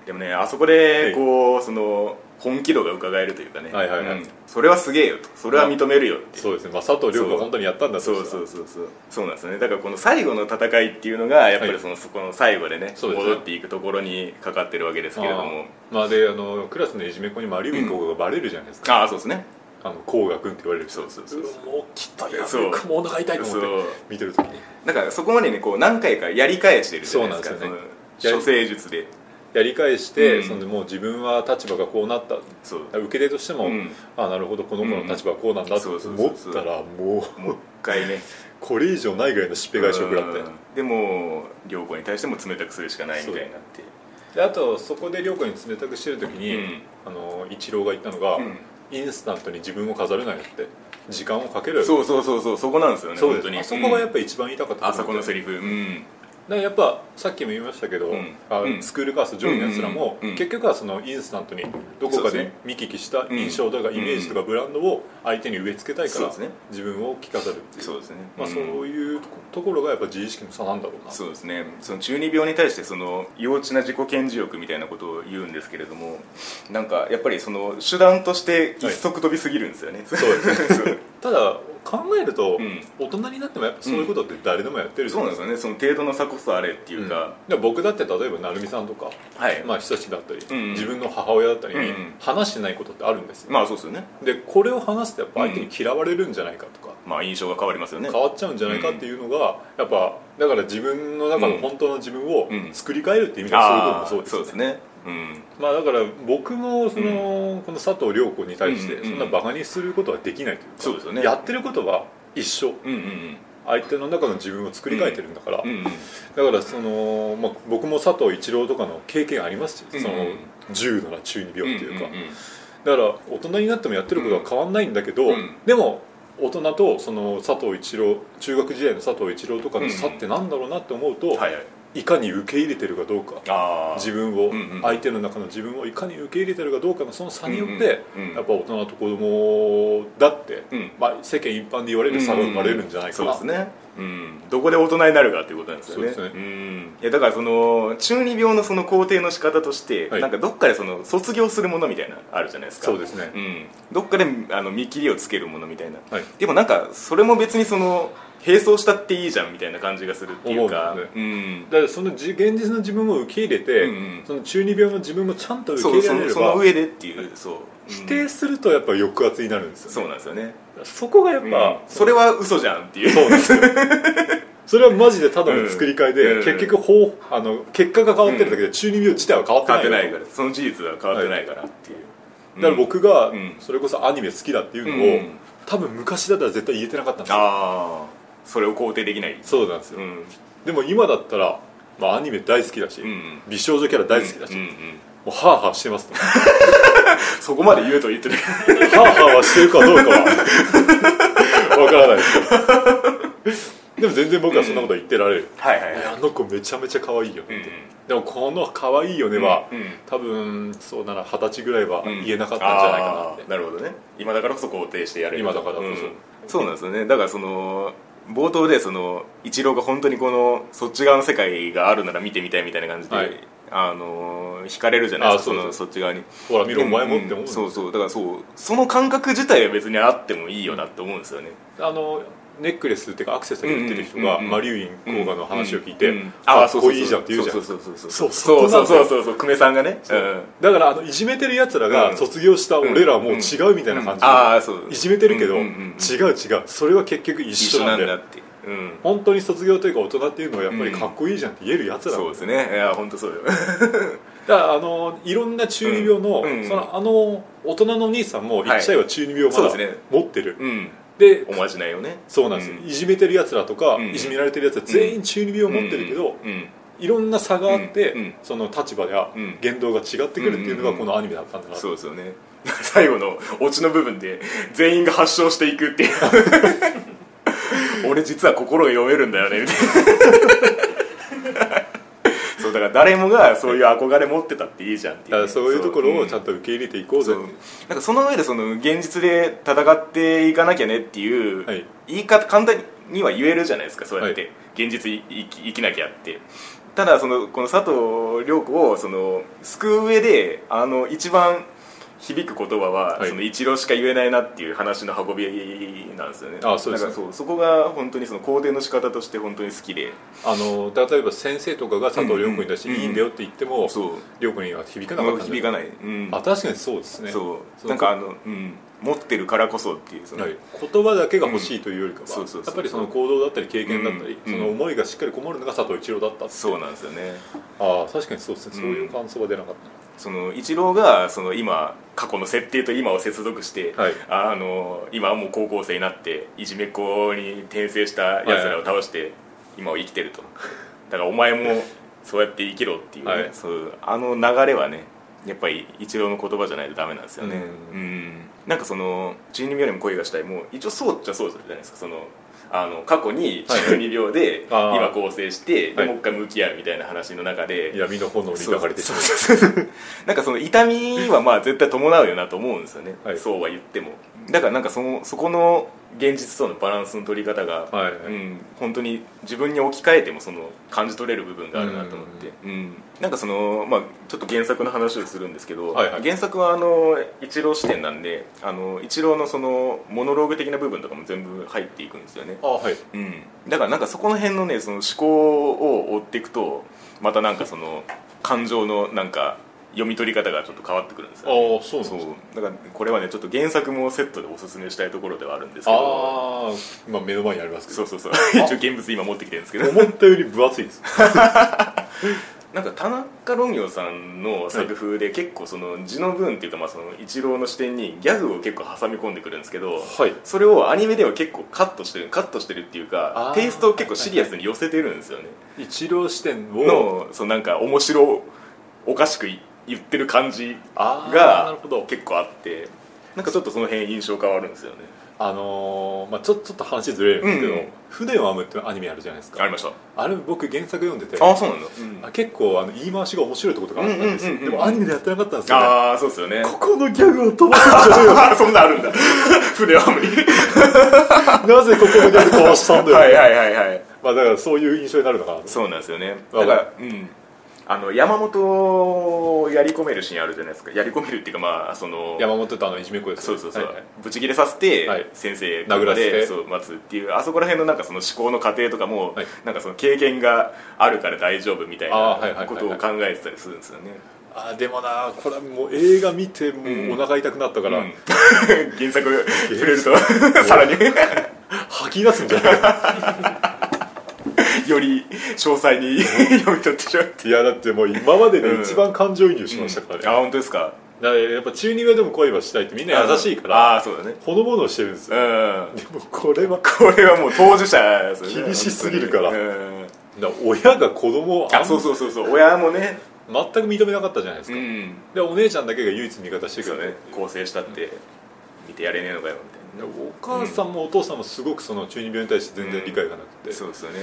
[SPEAKER 1] でもねあそこでこう、その本気度が伺えるというかね、
[SPEAKER 2] はいはいはい
[SPEAKER 1] うんそれはすげえよとそれは認めるよっていう
[SPEAKER 2] そうですね、まあ、佐藤涼子が本当にやったんだとした
[SPEAKER 1] そ
[SPEAKER 2] ら
[SPEAKER 1] うそうそうそうそうなんですよねだからこの最後の戦いっていうのがやっぱりその、そこの最後でね
[SPEAKER 2] そうですね
[SPEAKER 1] 戻っていくところにかかってるわけですけれども
[SPEAKER 2] あーまあであのクラスのいじめっ子にマリウイコーがバレるじゃないですか、
[SPEAKER 1] ああーそうですね
[SPEAKER 2] あの甲賀君って言われる人
[SPEAKER 1] そうそうそう
[SPEAKER 2] うわもうきっとや
[SPEAKER 1] そう
[SPEAKER 2] 僕もうお腹痛いと思って
[SPEAKER 1] そう
[SPEAKER 2] 見てる時に
[SPEAKER 1] だからそこまでねこう何回かやり返してるじゃないですか
[SPEAKER 2] そうなんですよ
[SPEAKER 1] その
[SPEAKER 2] ね
[SPEAKER 1] 処世術で
[SPEAKER 2] やり返して、
[SPEAKER 1] うん
[SPEAKER 2] そのもう自分は立場がこうなった
[SPEAKER 1] そう
[SPEAKER 2] 受け手としても、
[SPEAKER 1] うん
[SPEAKER 2] ああなるほどこの子の立場はこうなんだと
[SPEAKER 1] うんそう
[SPEAKER 2] 思
[SPEAKER 1] そう
[SPEAKER 2] っ
[SPEAKER 1] そう
[SPEAKER 2] たらも
[SPEAKER 1] もう
[SPEAKER 2] う
[SPEAKER 1] 一回ね
[SPEAKER 2] これ以上ないぐらいのしっぺ返しを食らって
[SPEAKER 1] うんでも良子に対しても冷たくするしかないみたいになって
[SPEAKER 2] であとそこで涼子に冷たくしてる時に、
[SPEAKER 1] うん
[SPEAKER 2] あの一郎が言ったのが、
[SPEAKER 1] うん
[SPEAKER 2] インスタントに自分を飾るなよって時間をかける
[SPEAKER 1] そうそうそうそうそこなんですよね
[SPEAKER 2] そ
[SPEAKER 1] 本
[SPEAKER 2] うです
[SPEAKER 1] 当に
[SPEAKER 2] あそこがやっ
[SPEAKER 1] ぱ
[SPEAKER 2] ぱ一番言いたかった
[SPEAKER 1] あそこのセ
[SPEAKER 2] リ
[SPEAKER 1] リフうん
[SPEAKER 2] だからやっぱさっきも言いましたけど、
[SPEAKER 1] うん
[SPEAKER 2] あ
[SPEAKER 1] うん
[SPEAKER 2] スクールカース上位のやつらも、
[SPEAKER 1] うんうんうん
[SPEAKER 2] 結局はそのインスタントにどこ
[SPEAKER 1] そうで
[SPEAKER 2] か
[SPEAKER 1] すね
[SPEAKER 2] で見聞きした印象とかイメージとかブランドを相手に植え付けたいか
[SPEAKER 1] そう
[SPEAKER 2] ら
[SPEAKER 1] ですね
[SPEAKER 2] 自分を着飾るっていう
[SPEAKER 1] そうですね
[SPEAKER 2] まあ、
[SPEAKER 1] ん
[SPEAKER 2] そういうところがやっぱ自意識の差なんだろうな
[SPEAKER 1] そうですねその中二病に対してその幼稚な自己顕示欲みたいなことを言うんですけれどもなんかやっぱりその手段として一足飛びすぎるんですよね、 そうですね
[SPEAKER 2] ただ考えると、
[SPEAKER 1] うん
[SPEAKER 2] 大人になってもやっぱそういうことって誰でもやってる
[SPEAKER 1] そうなんです
[SPEAKER 2] ね
[SPEAKER 1] よねその程度の差こそあれっていうか、
[SPEAKER 2] 僕だって例えば成美さんとか、
[SPEAKER 1] はいま
[SPEAKER 2] ま
[SPEAKER 1] あ、
[SPEAKER 2] あ、久しだったり、
[SPEAKER 1] うん
[SPEAKER 2] 自分の母親だったりに
[SPEAKER 1] うんうん
[SPEAKER 2] 話してないことってあるんですよ、
[SPEAKER 1] そうですよね
[SPEAKER 2] でこれを話すとやっぱ相手に嫌われるんじゃないかとか、
[SPEAKER 1] まあ印象が変わりますよね
[SPEAKER 2] 変わっちゃうんじゃないかっていうのが、やっぱだから自分の中の本当の自分を
[SPEAKER 1] うん
[SPEAKER 2] 作り変えるって意味では
[SPEAKER 1] あ
[SPEAKER 2] そういうこともそうですね,、
[SPEAKER 1] ねうん
[SPEAKER 2] まあだから僕もその、この佐藤涼子に対し
[SPEAKER 1] う
[SPEAKER 2] て
[SPEAKER 1] んうんう
[SPEAKER 2] そ
[SPEAKER 1] ん
[SPEAKER 2] んなバカにすることはできないというか、
[SPEAKER 1] そうですよね
[SPEAKER 2] やってることは一緒
[SPEAKER 1] うんうん
[SPEAKER 2] 相手の中の自分を作り変えてるんだから、
[SPEAKER 1] うんうんうん
[SPEAKER 2] だからその、まあ、僕も佐藤一郎とかの経験ありますし、
[SPEAKER 1] うんうん
[SPEAKER 2] その重度な中二病っていうか、
[SPEAKER 1] んんん
[SPEAKER 2] だから大人になってもやってることは変わんないんだけど、
[SPEAKER 1] うん
[SPEAKER 2] でも大人とその佐藤一郎中学時代の佐藤一郎とかの差ってなんだろうなって思うと、
[SPEAKER 1] はいはい
[SPEAKER 2] いかに受け入れてるかどうか
[SPEAKER 1] ああ
[SPEAKER 2] 自分を、
[SPEAKER 1] うんうん
[SPEAKER 2] 相手の中の自分をいかに受け入れてるかどうかのその差によって、
[SPEAKER 1] うんうん
[SPEAKER 2] やっぱ大人と子供だって、
[SPEAKER 1] うん
[SPEAKER 2] まあ、世間一般で言われる差が生まれるんじゃないかな、
[SPEAKER 1] そうですね、うん、どこで大人になるかっていうことなんですよね
[SPEAKER 2] そうですね
[SPEAKER 1] ん、いやだからその中二病のその肯定の仕方として、
[SPEAKER 2] はい
[SPEAKER 1] なんかどっかでその卒業するものみたいなのあるじゃないですか
[SPEAKER 2] そうですね
[SPEAKER 1] ん、どっかであの見切りをつけるものみたいな、
[SPEAKER 2] はい
[SPEAKER 1] でもなんかそれも別にその並走したっていいじゃんみたいな感じがするっていうか
[SPEAKER 2] 思うんです
[SPEAKER 1] うん
[SPEAKER 2] だからそのじ現実の自分も受け入れて、
[SPEAKER 1] うんうん
[SPEAKER 2] その中二病の自分もちゃんと受
[SPEAKER 1] そう
[SPEAKER 2] け入れ
[SPEAKER 1] そ
[SPEAKER 2] られ
[SPEAKER 1] の
[SPEAKER 2] れ
[SPEAKER 1] その
[SPEAKER 2] ば
[SPEAKER 1] 上でっていうそう、うん
[SPEAKER 2] 否定するとやっぱ抑圧になるんですよ、
[SPEAKER 1] そうなんですよね、
[SPEAKER 2] そこがやっぱ、
[SPEAKER 1] うんそれは嘘じゃんっていう
[SPEAKER 2] そうなんですよそれはマジでただの作り替えで、
[SPEAKER 1] うん
[SPEAKER 2] 結局方あの結果が変わってるだけで中二病自体は変わって
[SPEAKER 1] 変
[SPEAKER 2] な
[SPEAKER 1] わっ
[SPEAKER 2] い
[SPEAKER 1] てないからその事実は変わってないからっていう、
[SPEAKER 2] だから僕が
[SPEAKER 1] うん
[SPEAKER 2] それこそアニメ好きだっていうのを、
[SPEAKER 1] うん
[SPEAKER 2] 多分昔だったら絶対言えてなかったんですよ
[SPEAKER 1] ああそれを肯定できない
[SPEAKER 2] そうなんですよ、
[SPEAKER 1] うん
[SPEAKER 2] でも今だったら、まあ、アニメ大好きだし、
[SPEAKER 1] うん
[SPEAKER 2] 美少女キャラ大好きだし、
[SPEAKER 1] うんうん
[SPEAKER 2] も
[SPEAKER 1] うん
[SPEAKER 2] うハーハーしてますとハ
[SPEAKER 1] そこまで言うと言ってる
[SPEAKER 2] ーハーはしてるかどう かはわからないですけどでも全然僕はそんなことは言ってられる、
[SPEAKER 1] はいはい
[SPEAKER 2] い
[SPEAKER 1] は
[SPEAKER 2] や
[SPEAKER 1] い
[SPEAKER 2] あの子めちゃめちゃ可愛いよね、
[SPEAKER 1] うん
[SPEAKER 2] でもこの可愛いよねは、
[SPEAKER 1] うんうん
[SPEAKER 2] 多分そうなら二十歳ぐらいは
[SPEAKER 1] うん
[SPEAKER 2] 言えなかったんじゃないかなって
[SPEAKER 1] あー、なるほどね今だからこそ肯定してやれる
[SPEAKER 2] 今だからこそ
[SPEAKER 1] そうなんですよねだからその冒頭でその一郎が本当にこのそっち側の世界があるなら見てみたいみたいな感じで、
[SPEAKER 2] はい
[SPEAKER 1] あのー惹かれるじゃないですか
[SPEAKER 2] あ
[SPEAKER 1] そ
[SPEAKER 2] そう
[SPEAKER 1] の
[SPEAKER 2] そ
[SPEAKER 1] そっち側に
[SPEAKER 2] ほら見ろ
[SPEAKER 1] うん
[SPEAKER 2] お前もって思う
[SPEAKER 1] うんそうそうだからそうその感覚自体は別にあってもいいよなって思うんですよね
[SPEAKER 2] あのネックレスっていうかアクセサリー売ってる人が
[SPEAKER 1] うんうんうんうん
[SPEAKER 2] マリュイン効果の話を聞いて、
[SPEAKER 1] うんうん
[SPEAKER 2] あ
[SPEAKER 1] あ
[SPEAKER 2] あ
[SPEAKER 1] そ
[SPEAKER 2] そ
[SPEAKER 1] そう
[SPEAKER 2] う
[SPEAKER 1] そう
[SPEAKER 2] いいじゃんって言うじゃん
[SPEAKER 1] そうそうそうそう
[SPEAKER 2] そう
[SPEAKER 1] そう
[SPEAKER 2] そ
[SPEAKER 1] そうう
[SPEAKER 2] そ
[SPEAKER 1] そううそうそう久米さんがねう
[SPEAKER 2] そうんだからあのいじめてるやつら
[SPEAKER 1] う
[SPEAKER 2] が
[SPEAKER 1] ん
[SPEAKER 2] 卒業した俺らはもう違うみたいな感じで、
[SPEAKER 1] ああそう
[SPEAKER 2] いじめてるけど、
[SPEAKER 1] うんうんうん
[SPEAKER 2] 違う違うそれは結局一
[SPEAKER 1] 一緒
[SPEAKER 2] 緒
[SPEAKER 1] な
[SPEAKER 2] なんん
[SPEAKER 1] だ
[SPEAKER 2] だよ
[SPEAKER 1] ってうん
[SPEAKER 2] 本当に卒業というか大人っていうのはやっぱりかっこいいじゃんって言えるやつら、
[SPEAKER 1] そうですねいや本当そうよ
[SPEAKER 2] だからあのいろんな中二病の,、
[SPEAKER 1] うんうん
[SPEAKER 2] そのあの大人の兄さんも一社は中二病をま
[SPEAKER 1] そうで
[SPEAKER 2] だ
[SPEAKER 1] すね
[SPEAKER 2] 持ってる、
[SPEAKER 1] うん
[SPEAKER 2] で
[SPEAKER 1] おまじないよね
[SPEAKER 2] そうなんです、いじめてるやつらとか、
[SPEAKER 1] うん
[SPEAKER 2] いじめられてるやつら全員中二病を持ってるけど、
[SPEAKER 1] うん
[SPEAKER 2] いろんな差があって、
[SPEAKER 1] うんうん
[SPEAKER 2] その立場や
[SPEAKER 1] うん
[SPEAKER 2] 言動が違ってくるっていうの
[SPEAKER 1] う
[SPEAKER 2] が
[SPEAKER 1] ん
[SPEAKER 2] このアニメだったんだな、
[SPEAKER 1] そうですよね 最後のオチの部分で全員が発症していくっ ていう俺実は心が読めるんだよ ねみたいなそうだから誰もがそういう憧れ持ってたっていいじゃんってい
[SPEAKER 2] だ
[SPEAKER 1] うね、
[SPEAKER 2] からそういうところをち
[SPEAKER 1] と
[SPEAKER 2] ゃんと受け入れていこうぜ、
[SPEAKER 1] そうなんかその上でその現実で戦っていかなきゃねっていう
[SPEAKER 2] はい
[SPEAKER 1] 言い方簡単には言えるじゃないですかそうやって、
[SPEAKER 2] は
[SPEAKER 1] 現実い生き生きなきゃってただそのこの佐藤涼子をその救う上であの一番響く言葉は、
[SPEAKER 2] はい
[SPEAKER 1] その一郎しか言えないなっていう話の運びなんですよね
[SPEAKER 2] あそうです
[SPEAKER 1] なんかそうそこが本当にその肯定の仕方として本当に好きで
[SPEAKER 2] あの例えば先生とかが佐藤涼子に対して
[SPEAKER 1] う
[SPEAKER 2] 「
[SPEAKER 1] んうん
[SPEAKER 2] いいんだよ」って言っても
[SPEAKER 1] そう
[SPEAKER 2] 涼子には響かなかったんだ
[SPEAKER 1] 響かない、うん
[SPEAKER 2] あ確かにそうですね
[SPEAKER 1] そ
[SPEAKER 2] そうう
[SPEAKER 1] なんかあの、うん、持ってるからこそっていうその、
[SPEAKER 2] はい言葉だけが欲しいというよりかは、
[SPEAKER 1] うんそうそうそう
[SPEAKER 2] やっぱりその行動だったり経験だったり、
[SPEAKER 1] うん
[SPEAKER 2] その思いがしっかりこもるのが佐藤一郎だったって
[SPEAKER 1] そうなんですよね
[SPEAKER 2] ああ確かにそうですね、
[SPEAKER 1] うん
[SPEAKER 2] そういう感想は出なかった
[SPEAKER 1] そのイチローがその今過去の設定と今を接続して、
[SPEAKER 2] はい
[SPEAKER 1] あの今はもう高校生になっていじめっ子に転生したやつらを倒して今を生きてるとだからお前もそうやって生きろっていうね、
[SPEAKER 2] はい
[SPEAKER 1] そういうあの流れはねやっぱりイチローの言葉じゃないとダメなんですよね
[SPEAKER 2] う
[SPEAKER 1] うん、なんかその中二病にも恋がしたいも一応そうっちゃそうじゃないですかそのあの過去に中二病で
[SPEAKER 2] はい
[SPEAKER 1] 今構成して、
[SPEAKER 2] は
[SPEAKER 1] で
[SPEAKER 2] い
[SPEAKER 1] もう一回向き合うみたいな話の中で、
[SPEAKER 2] 闇の炎に抱かれてしまう
[SPEAKER 1] そうそうそうなんかその痛みはまあ絶対伴うよなと思うんですよね、
[SPEAKER 2] はい
[SPEAKER 1] そうは言ってもだからなんかそのそこの現実とのバランスの取り方が、
[SPEAKER 2] はい、
[SPEAKER 1] うん、本当に自分に置き換えてもその感じ取れる部分があるなと思って、うんなんかその、まあ、ちょっと原作の話をするんですけど、
[SPEAKER 2] はいはい
[SPEAKER 1] 原作はあの一郎視点なんであの一郎のそのモノローグ的な部分とかも全部入っていくんですよね
[SPEAKER 2] ああはい
[SPEAKER 1] うん、だからなんかそこの辺のねその思考を追っていくとまたなんかその感情のなんか読み取り方がちょっと変わってくるんですよ、ね、
[SPEAKER 2] ああそうなん
[SPEAKER 1] そう
[SPEAKER 2] ですね
[SPEAKER 1] だからこれはねちょっと原作もセットでおすすめしたいところではあるんですけど
[SPEAKER 2] ああまあ目の前にありますけ
[SPEAKER 1] そ
[SPEAKER 2] ど
[SPEAKER 1] うそうそう 一応現物今持ってきてるんですけど
[SPEAKER 2] 思ったより分厚いです
[SPEAKER 1] なんか田中論業さんの作風で結構その字の文っていうかまあその一郎の視点にギャグを結構挟み込んでくるんですけど
[SPEAKER 2] はい
[SPEAKER 1] それをアニメでは結構カットしてるカットしてるっていうか
[SPEAKER 2] あー
[SPEAKER 1] テイストを結構シリアスに寄せてるんですよね
[SPEAKER 2] 一郎視点を
[SPEAKER 1] のそのなんか面白おかしく言ってる感じ
[SPEAKER 2] あーな
[SPEAKER 1] が
[SPEAKER 2] るほど
[SPEAKER 1] 結構あってなんかちょっとその辺印象変わるんですよね
[SPEAKER 2] あのーまあ、ちょちょっと話ずれるんですけど「
[SPEAKER 1] うんうん
[SPEAKER 2] 船を編む」ってアニメあるじゃないです
[SPEAKER 1] あ
[SPEAKER 2] か
[SPEAKER 1] りました
[SPEAKER 2] あれ僕原作読んでて
[SPEAKER 1] ああそうなんだ、うん
[SPEAKER 2] あ結構あの言い回しが面白いってことがあったんです
[SPEAKER 1] うん
[SPEAKER 2] よ
[SPEAKER 1] うんうん
[SPEAKER 2] で
[SPEAKER 1] うん
[SPEAKER 2] もアニメでやってなかったんですよ、ね、
[SPEAKER 1] ああそうですよね
[SPEAKER 2] ここのギャグを飛ばすんじゃね
[SPEAKER 1] そんなんあるんだ 船は無理
[SPEAKER 2] えよなぜここのギャグ飛ばしたんだよ、
[SPEAKER 1] はいはいはいはい
[SPEAKER 2] まあ、だからそういう印象になるのかな
[SPEAKER 1] そうなんですよね
[SPEAKER 2] わか
[SPEAKER 1] だ
[SPEAKER 2] る
[SPEAKER 1] からうんあの山本をやり込めるシーンあるじゃないですかやり込めるっていうかまあその
[SPEAKER 2] 山本とあのいじめっ子です
[SPEAKER 1] そうそうそう、
[SPEAKER 2] はいはい
[SPEAKER 1] ブチ切れさせて、
[SPEAKER 2] はい
[SPEAKER 1] 先生
[SPEAKER 2] 殴らせて
[SPEAKER 1] でそう待つっていうあそこら辺のなんかその思考の過程とかも、
[SPEAKER 2] はい
[SPEAKER 1] なんかその経験があるから大丈夫みたい
[SPEAKER 2] あーはいはいはいは
[SPEAKER 1] ないことを考えてたりするんですよね、
[SPEAKER 2] あーでもなこれはもう映画見て
[SPEAKER 1] ん
[SPEAKER 2] もうお腹痛くなったから、
[SPEAKER 1] うん原作触れるとさらに
[SPEAKER 2] 吐き出すんじゃない
[SPEAKER 1] より詳細に読み取ってしまう
[SPEAKER 2] いやだってもう今まで
[SPEAKER 1] うん
[SPEAKER 2] で一番感情移入しましたからね、
[SPEAKER 1] あ本当ですか
[SPEAKER 2] だからやっぱ中二病でも恋はしたいってみんな優しいから
[SPEAKER 1] ああーそうだね
[SPEAKER 2] ほのぼのしてるんですよ
[SPEAKER 1] うん
[SPEAKER 2] でもこれは
[SPEAKER 1] これはもう当事者ですよね
[SPEAKER 2] 厳しすぎるから
[SPEAKER 1] うん
[SPEAKER 2] だから親が子供をあん
[SPEAKER 1] あそうそうそうそう親もね
[SPEAKER 2] 全く認めなかったじゃないです
[SPEAKER 1] う
[SPEAKER 2] か、
[SPEAKER 1] ん
[SPEAKER 2] でお姉ちゃんだけが唯一味方して
[SPEAKER 1] そ
[SPEAKER 2] く
[SPEAKER 1] う
[SPEAKER 2] れ
[SPEAKER 1] ね
[SPEAKER 2] て
[SPEAKER 1] 構成したって見てやれねえのかよみたいな
[SPEAKER 2] お母さんもお父さんもすごくその中二病に対して全然理解がなくて、って
[SPEAKER 1] そうですよね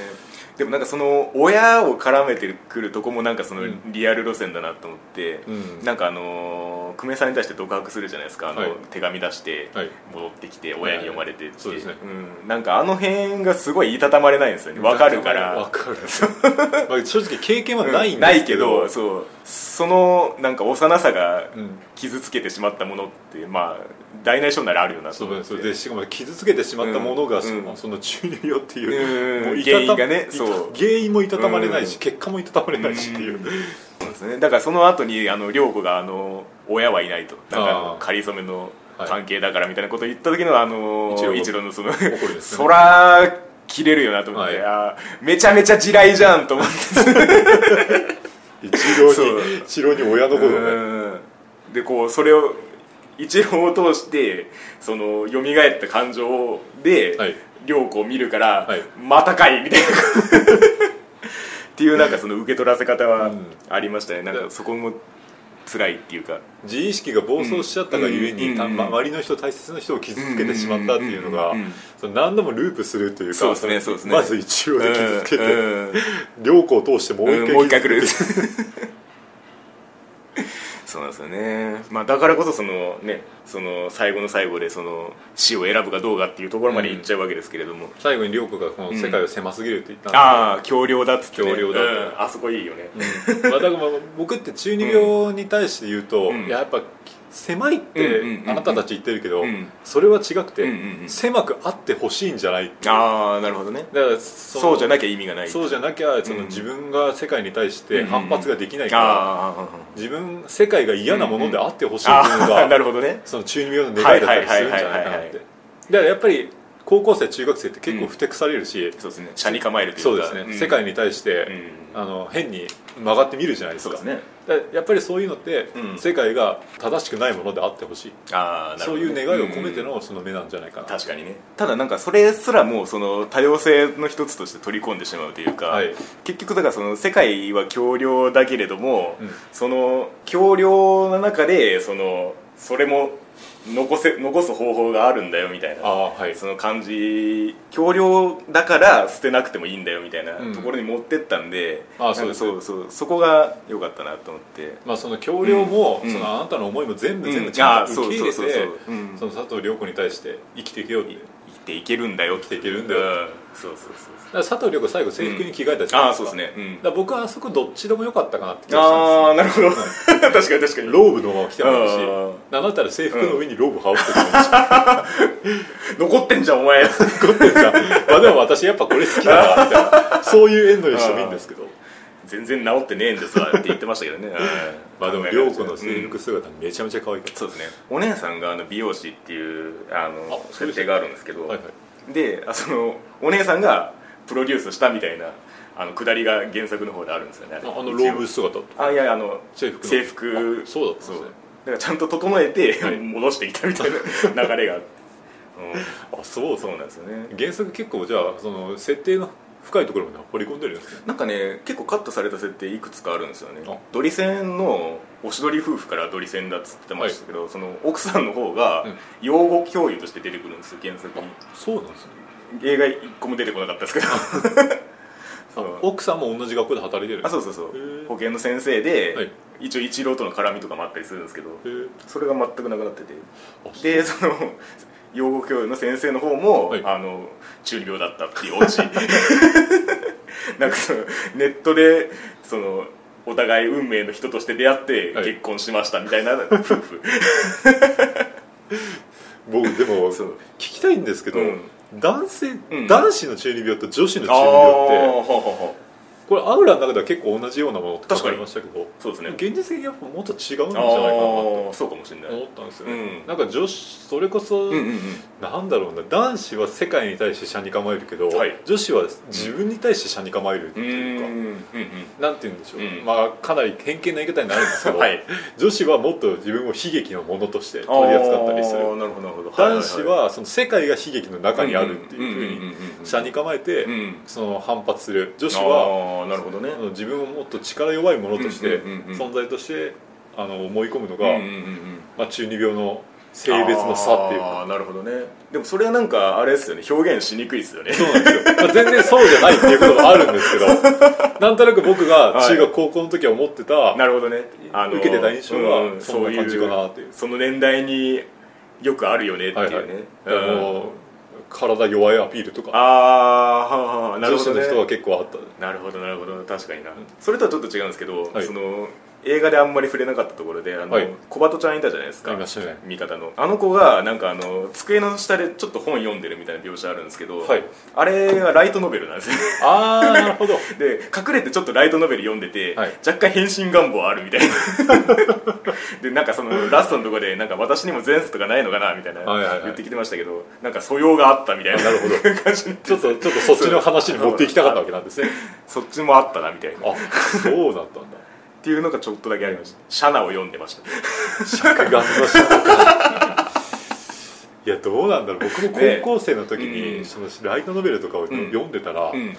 [SPEAKER 1] でもなんかその親を絡めてくるとこもなんかその
[SPEAKER 2] うん
[SPEAKER 1] リアル路線だなと思って、
[SPEAKER 2] うん
[SPEAKER 1] なんかあのー久米さんに対して独白するじゃないですかあの、
[SPEAKER 2] はい
[SPEAKER 1] 手紙出して
[SPEAKER 2] はい
[SPEAKER 1] 戻ってきて親に読まれてって、
[SPEAKER 2] そうですね
[SPEAKER 1] うん、なんかあの辺がすごい言いたたまれないんですよねわかるから
[SPEAKER 2] わかる まあ正直経験は
[SPEAKER 1] うん
[SPEAKER 2] ないんですけど,、
[SPEAKER 1] ないけどそうそのなんか幼さが
[SPEAKER 2] うん
[SPEAKER 1] 傷つけてしまったものって、まあ大なり小なりあるよなと
[SPEAKER 2] そう
[SPEAKER 1] 思
[SPEAKER 2] ね
[SPEAKER 1] って
[SPEAKER 2] それでしかも傷つけてしまったものが、
[SPEAKER 1] うん
[SPEAKER 2] その
[SPEAKER 1] うん
[SPEAKER 2] その中二病って
[SPEAKER 1] う
[SPEAKER 2] い
[SPEAKER 1] ん
[SPEAKER 2] うもういたた
[SPEAKER 1] 原因がね
[SPEAKER 2] いた
[SPEAKER 1] そう
[SPEAKER 2] 原因もいたたまれないし、
[SPEAKER 1] うん
[SPEAKER 2] 結果もいたたまれないしっていう、
[SPEAKER 1] うんそうですねだからその後にあの涼子があの親はいないとなんかあの
[SPEAKER 2] あー
[SPEAKER 1] 仮初めの
[SPEAKER 2] はい
[SPEAKER 1] 関係だからみたいなことを言った時のあの
[SPEAKER 2] 一郎の
[SPEAKER 1] 一郎のその
[SPEAKER 2] るですね
[SPEAKER 1] そら切れるよなと思って、
[SPEAKER 2] はい
[SPEAKER 1] あーめちゃめちゃ地雷じゃんと思って
[SPEAKER 2] 一郎
[SPEAKER 1] そう
[SPEAKER 2] に一郎に親のことね
[SPEAKER 1] うんでこうそれを一郎を通してその蘇った感情をで、
[SPEAKER 2] はい
[SPEAKER 1] 良子を見るから、
[SPEAKER 2] はい
[SPEAKER 1] またかいみたいなっていうなんかその受け取らせ方は
[SPEAKER 2] うん
[SPEAKER 1] ありましたね、なんかそこも辛いっていうか
[SPEAKER 2] 自意識が暴走しちゃったがゆえに、
[SPEAKER 1] うん
[SPEAKER 2] た
[SPEAKER 1] うん
[SPEAKER 2] ま周りの人大切な人を傷つけてしまったっていうのが、
[SPEAKER 1] うんうんうんうん
[SPEAKER 2] その何度もループするというか
[SPEAKER 1] そうですねそうですね
[SPEAKER 2] まず一郎で傷つけ
[SPEAKER 1] う
[SPEAKER 2] て、
[SPEAKER 1] ん
[SPEAKER 2] 良子を通してもう一
[SPEAKER 1] うん
[SPEAKER 2] 回
[SPEAKER 1] もう一回
[SPEAKER 2] 傷
[SPEAKER 1] 来る そうなんですよね、まあ、だからこそその、ね、その最後の最後でその死を選ぶかどうかっていうところまでいっちゃうわけですけれども、
[SPEAKER 2] 最後に良子がこの世界を狭すぎるって言ったんで
[SPEAKER 1] ああ強量だっつって、ね、
[SPEAKER 2] 強量だって
[SPEAKER 1] うんあそこいいよね
[SPEAKER 2] まあ、だからまあ僕って中二病に対して言うと、
[SPEAKER 1] うん
[SPEAKER 2] いややっぱ狭いっ
[SPEAKER 1] うんうんう
[SPEAKER 2] て
[SPEAKER 1] ん
[SPEAKER 2] あなたたち言ってるけど、
[SPEAKER 1] うん
[SPEAKER 2] それは違くて、
[SPEAKER 1] うんうんうん
[SPEAKER 2] 狭くあってほしいんじゃないっていう
[SPEAKER 1] ああなるほどね
[SPEAKER 2] だから
[SPEAKER 1] そ
[SPEAKER 2] そう
[SPEAKER 1] じゃなきゃ意味がない
[SPEAKER 2] そうじゃなきゃその自分が世界に対して反発ができないから、
[SPEAKER 1] あ
[SPEAKER 2] 自分世界が嫌なものであってほしい
[SPEAKER 1] あ
[SPEAKER 2] っていうの
[SPEAKER 1] あ
[SPEAKER 2] が、
[SPEAKER 1] あなるほどね
[SPEAKER 2] その中二病の願いだったりするんじゃないかな
[SPEAKER 1] はいはいはいは
[SPEAKER 2] っ
[SPEAKER 1] い
[SPEAKER 2] て
[SPEAKER 1] は
[SPEAKER 2] だからやっぱり高校生中学生って結構ふてくされるし、
[SPEAKER 1] そうですね車に構えるというか
[SPEAKER 2] そうですね、世界に対して、
[SPEAKER 1] うん
[SPEAKER 2] あの変に曲がって見るじゃないです
[SPEAKER 1] そうで
[SPEAKER 2] か
[SPEAKER 1] すね
[SPEAKER 2] だからやっぱりそういうのって、
[SPEAKER 1] うん
[SPEAKER 2] 世界が正しくないものであってほしい、
[SPEAKER 1] ああなる
[SPEAKER 2] そ
[SPEAKER 1] ほ
[SPEAKER 2] う
[SPEAKER 1] ど
[SPEAKER 2] い
[SPEAKER 1] ね
[SPEAKER 2] う願いを込めて
[SPEAKER 1] うん
[SPEAKER 2] のその目なんじゃないかな、
[SPEAKER 1] 確かにねただなんかそれすらもうその多様性の一つとして取り込んでしまうというか、
[SPEAKER 2] はい
[SPEAKER 1] 結局だからその世界は橋梁だけれども、
[SPEAKER 2] うん
[SPEAKER 1] その橋梁の中でそのそれも残せ残す方法があるんだよみたいな
[SPEAKER 2] ああはい
[SPEAKER 1] その感じ橋梁だから捨てなくてもいいんだよみたいな
[SPEAKER 2] うん
[SPEAKER 1] ところに持ってったんで、
[SPEAKER 2] あ
[SPEAKER 1] なんか
[SPEAKER 2] そうですね
[SPEAKER 1] そうそうそこが良かったなと思って
[SPEAKER 2] まあその橋梁も、
[SPEAKER 1] うん
[SPEAKER 2] そのあなたの思いも全部、
[SPEAKER 1] うん
[SPEAKER 2] 全部ちゃんと受け入れ
[SPEAKER 1] ああそうそうそう
[SPEAKER 2] て
[SPEAKER 1] そううん
[SPEAKER 2] その佐藤涼子に対して生きていけようってだか
[SPEAKER 1] 生きていけるんだよって
[SPEAKER 2] 生きていけるんだよ
[SPEAKER 1] うんそうそうそうそう
[SPEAKER 2] ら佐藤涼子最後制服に着替えたじゃな
[SPEAKER 1] あ
[SPEAKER 2] いで
[SPEAKER 1] あ
[SPEAKER 2] す
[SPEAKER 1] そう
[SPEAKER 2] か,、
[SPEAKER 1] ですね、うん
[SPEAKER 2] だから僕はあそこどっちでもよかったかなって気がしたんですよ
[SPEAKER 1] ああなるほど 確かに確かに
[SPEAKER 2] ローブのまま着てもいいし
[SPEAKER 1] あ
[SPEAKER 2] なんだったら制服の上にローブ羽織ってもいいし
[SPEAKER 1] 残ってんじゃんお前
[SPEAKER 2] 怒って んじゃんまあでも私やっぱこれ好きだなみたいなそういうエンドにしてもいいんですけど
[SPEAKER 1] 全然治ってねえんですわって言ってましたけど ね、うん
[SPEAKER 2] まあでも涼子の制服姿めちゃめちゃ可愛かっ
[SPEAKER 1] そうですねお姉さんがあの美容師っていうあの
[SPEAKER 2] あそう
[SPEAKER 1] 設
[SPEAKER 2] です
[SPEAKER 1] 定があるんですけど、
[SPEAKER 2] た、はいはい
[SPEAKER 1] であそのお姉さんがプロデュースしたみたいなあの下りが原作の方であるんですよねあ
[SPEAKER 2] あ
[SPEAKER 1] れ
[SPEAKER 2] あのローブ姿と
[SPEAKER 1] あいやいやあの
[SPEAKER 2] 制服の
[SPEAKER 1] 制服
[SPEAKER 2] あそうだったん
[SPEAKER 1] そ
[SPEAKER 2] で
[SPEAKER 1] う
[SPEAKER 2] すね
[SPEAKER 1] だからちゃんと整えて、
[SPEAKER 2] はい
[SPEAKER 1] 戻していたみたいな流れがあって、
[SPEAKER 2] あそう
[SPEAKER 1] うん、そうなんですよね
[SPEAKER 2] 原作結構じゃあその設定の深いところまで掘り込んでるんですね
[SPEAKER 1] なんかね結構カットされた設定いくつかあるんですよね
[SPEAKER 2] あ
[SPEAKER 1] ドリセンのおしどり夫婦からドリセンだっつってましたけど、その奥さんの方が
[SPEAKER 2] うん
[SPEAKER 1] 養護教諭として出てくるんですよ原作に
[SPEAKER 2] そうなんですね
[SPEAKER 1] 映画一個も出てこなかったですけどそう
[SPEAKER 2] 奥さんも同じ学校で働いてる
[SPEAKER 1] あそうそうそ
[SPEAKER 2] へー
[SPEAKER 1] う保健の先生で、
[SPEAKER 2] はい
[SPEAKER 1] 一応一郎との絡みとかもあったりするんですけど
[SPEAKER 2] へー
[SPEAKER 1] それが全くなくなってて
[SPEAKER 2] あそう
[SPEAKER 1] でその養護教諭の先生の方も、
[SPEAKER 2] はい
[SPEAKER 1] あの中二病だったっていうオ チなんかそのネットでそのお互い運命の人として出会って
[SPEAKER 2] はい
[SPEAKER 1] 結婚しましたみ たいな夫婦
[SPEAKER 2] 僕で も
[SPEAKER 1] そう
[SPEAKER 2] 聞きたいんですけど、
[SPEAKER 1] うん
[SPEAKER 2] 男性、
[SPEAKER 1] うん
[SPEAKER 2] 男子の中二病と女子の中
[SPEAKER 1] ああ
[SPEAKER 2] 二病って
[SPEAKER 1] ほうほうほ
[SPEAKER 2] これアウラの中では結構同じようなものって書かれましたけど
[SPEAKER 1] うそうですね
[SPEAKER 2] 現実的にやっぱもっと違うんじゃないか
[SPEAKER 1] あ
[SPEAKER 2] な
[SPEAKER 1] あ
[SPEAKER 2] と
[SPEAKER 1] ーそうかもしれない
[SPEAKER 2] 思ったんですよね、
[SPEAKER 1] うん
[SPEAKER 2] なんか女子それこそ、
[SPEAKER 1] うんうんうん
[SPEAKER 2] なんだろうな男子は世界に対して車に構えるけど、
[SPEAKER 1] はい
[SPEAKER 2] 女子は自分に対して車に構えるって
[SPEAKER 1] う
[SPEAKER 2] いうか、
[SPEAKER 1] んうん
[SPEAKER 2] なんて言うんでしょう、
[SPEAKER 1] うん
[SPEAKER 2] まあかなり偏見な言い方になるんですけ
[SPEAKER 1] うん
[SPEAKER 2] ど、
[SPEAKER 1] はい
[SPEAKER 2] 女子はもっと自分を悲劇のものとして取り扱ったりす
[SPEAKER 1] あ
[SPEAKER 2] る
[SPEAKER 1] ーなるほどなるほど
[SPEAKER 2] 男子
[SPEAKER 1] いいい
[SPEAKER 2] はその世界が悲劇の中にあるっていうふうに、
[SPEAKER 1] んんんんうん
[SPEAKER 2] 車に構えて、
[SPEAKER 1] うん
[SPEAKER 2] その反発する女子は
[SPEAKER 1] ああなるほどね
[SPEAKER 2] あの自分をもっと力弱いものとして、
[SPEAKER 1] うんうんうんうん
[SPEAKER 2] 存在としてあの思い込むの
[SPEAKER 1] うん
[SPEAKER 2] が、
[SPEAKER 1] うんうんうん
[SPEAKER 2] まあ、中二病の性別の差っていうか
[SPEAKER 1] あーなるほどねでもそれはなんかあれですよね表現しにくいです よね
[SPEAKER 2] そうなんですよ、まあ、全然そうじゃないっていうことがあるんです けどなんとなく僕が中
[SPEAKER 1] はい
[SPEAKER 2] 学高校の時は思ってた
[SPEAKER 1] なるほどね、
[SPEAKER 2] 受けてた印象が
[SPEAKER 1] うん
[SPEAKER 2] そんな感じかなっていう
[SPEAKER 1] その年代によくあるよねってい
[SPEAKER 2] はいは
[SPEAKER 1] う
[SPEAKER 2] い
[SPEAKER 1] ね、うん
[SPEAKER 2] もう体弱いアピールとか
[SPEAKER 1] ああーはあはあなる
[SPEAKER 2] 女
[SPEAKER 1] ほ
[SPEAKER 2] 子
[SPEAKER 1] どね
[SPEAKER 2] の人は結構あった
[SPEAKER 1] なるほどなるほど確かになそれとはちょっと違うんですけど、
[SPEAKER 2] はい
[SPEAKER 1] その映画であんまり触れなかったところであの、
[SPEAKER 2] はい
[SPEAKER 1] 小鳩ちゃんいたじゃないですか
[SPEAKER 2] いましたね
[SPEAKER 1] 味方のあの子がなんかあの机の下でちょっと本読んでるみたいな描写あるんですけど、
[SPEAKER 2] はい
[SPEAKER 1] あれがライトノベルなんですよ
[SPEAKER 2] ああなるほど
[SPEAKER 1] で隠れてちょっとライトノベル読んでて、
[SPEAKER 2] はい
[SPEAKER 1] 若干変身願望あるみたいなでなんかそのラストのところでなんか私にも前世とかないのかなみたいな
[SPEAKER 2] はいはいはい
[SPEAKER 1] 言ってきてましたけどなんか素養があったみたいな
[SPEAKER 2] なるほ
[SPEAKER 1] 感じになって
[SPEAKER 2] ちょっとちょっとそっちの話に持っていきたかったわけなんですね
[SPEAKER 1] そっちもあったなみたいな
[SPEAKER 2] あそうだったんだ
[SPEAKER 1] っていうのがちょっとだけありました、シャナを読んでました
[SPEAKER 2] 着眼の仕事いやどうなんだろう僕も
[SPEAKER 1] ね
[SPEAKER 2] 高校生の時に、
[SPEAKER 1] うん
[SPEAKER 2] そのライトノベルとかを読んでたら、
[SPEAKER 1] ん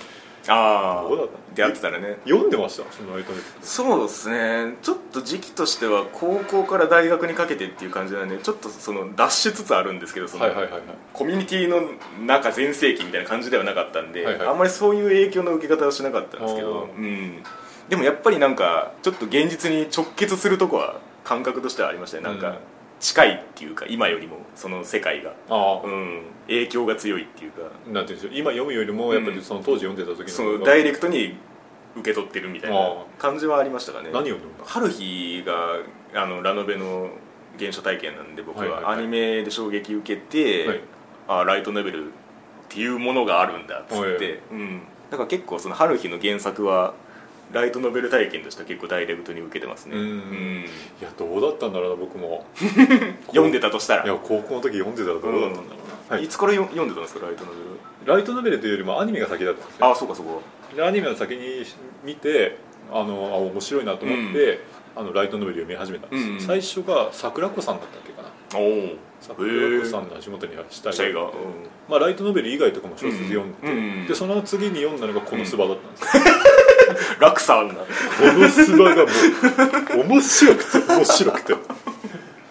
[SPEAKER 1] あ
[SPEAKER 2] どうだっ
[SPEAKER 1] あ
[SPEAKER 2] た
[SPEAKER 1] 出会ってたらね
[SPEAKER 2] 読んでましたそのライトノベル
[SPEAKER 1] そうですねちょっと時期としては高校から大学にかけてっていう感じなんでちょっとその脱しつつあるんですけどその、
[SPEAKER 2] はいはいはいはい
[SPEAKER 1] コミュニティの中全盛期みたいな感じではなかったんで、
[SPEAKER 2] はいはい
[SPEAKER 1] あんまりそういう影響の受け方はしなかったんですけど
[SPEAKER 2] あ、ー
[SPEAKER 1] うん、でもやっぱりなんかちょっと現実に直結するとこは感覚としてはありましたねなん
[SPEAKER 2] うん
[SPEAKER 1] か近いっていうか今よりもその世界が、
[SPEAKER 2] ああ、
[SPEAKER 1] うん、影響が強いっていうか
[SPEAKER 2] なんていうんでしょう今読むよりもやっぱ
[SPEAKER 1] う
[SPEAKER 2] り
[SPEAKER 1] ん
[SPEAKER 2] その当時読んでた時
[SPEAKER 1] そ
[SPEAKER 2] の
[SPEAKER 1] の
[SPEAKER 2] 方
[SPEAKER 1] ダ
[SPEAKER 2] が
[SPEAKER 1] イレクトに受け取ってるみたい
[SPEAKER 2] あ
[SPEAKER 1] な
[SPEAKER 2] あ
[SPEAKER 1] 感じはありましたかね
[SPEAKER 2] 何読んでも
[SPEAKER 1] 春日があのラノベの原書体験なんで僕
[SPEAKER 2] はいはい
[SPEAKER 1] は
[SPEAKER 2] は
[SPEAKER 1] ア
[SPEAKER 2] い
[SPEAKER 1] ニメで衝撃受けて、
[SPEAKER 2] はい
[SPEAKER 1] あライトノベルっていうものがあるんだっつって、
[SPEAKER 2] はいはい
[SPEAKER 1] うん、だから結構その春日の原作はライトノベル体験としては結構ダイレクトに受けてますね
[SPEAKER 2] うん
[SPEAKER 1] うん
[SPEAKER 2] いやどうだったんだろうな僕も
[SPEAKER 1] 読んで
[SPEAKER 2] た
[SPEAKER 1] たとした
[SPEAKER 2] い
[SPEAKER 1] ら
[SPEAKER 2] や高校の時読んでたらどうだったんだろうな、はいい、
[SPEAKER 1] つからよ読んでたんですかライトノベル
[SPEAKER 2] ライトノベルというよりもアニメが先だったんです
[SPEAKER 1] あ
[SPEAKER 2] よ
[SPEAKER 1] あそうかそうか
[SPEAKER 2] でアニメを先に見てあのあ面白いなと思って、あのライトノベル読み始めたんですよ、
[SPEAKER 1] うんうん
[SPEAKER 2] 最初が桜子さんだったっけかな
[SPEAKER 1] おお
[SPEAKER 2] 桜子さんの足元にはしたい
[SPEAKER 1] 下絵が、
[SPEAKER 2] が、まあ、ライトノベル以外とかも小説読んでて、
[SPEAKER 1] うんうん
[SPEAKER 2] でその次に読んだのがこのスバだったんですよ、
[SPEAKER 1] 落差あるな
[SPEAKER 2] このスバがもう面白くて面白くて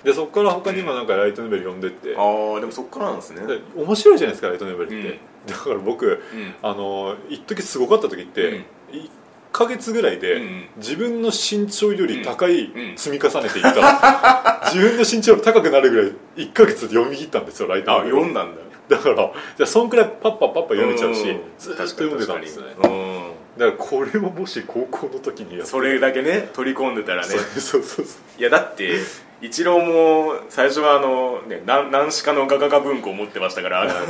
[SPEAKER 2] でそこから他にもなんかライトノベル読んでって
[SPEAKER 1] ああでもそっからなんですね
[SPEAKER 2] で面白いじゃないですかライトノベルって、
[SPEAKER 1] うん
[SPEAKER 2] だから僕
[SPEAKER 1] うん
[SPEAKER 2] あの一時すごかった時って、1ヶ月ぐらいで、
[SPEAKER 1] うん
[SPEAKER 2] 自分の身長より高い
[SPEAKER 1] うんうん
[SPEAKER 2] 積み重ねていった、 自分の身長より高くなるぐらい1ヶ月で読み切ったんですよライト
[SPEAKER 1] あ
[SPEAKER 2] ノベルを
[SPEAKER 1] 読んだんだ
[SPEAKER 2] だからじゃあそんくらいパッパパッパ読めちゃうし
[SPEAKER 1] ん
[SPEAKER 2] ずーっと読んでたんですねだ
[SPEAKER 1] 確
[SPEAKER 2] か
[SPEAKER 1] かにうん
[SPEAKER 2] らこれももし高校の時にやって
[SPEAKER 1] それだけね取り込んでたらね
[SPEAKER 2] そう そうそうそう
[SPEAKER 1] いやだって一郎も最初はあの、ね、なん南史家の画家が文庫を持ってましたからあの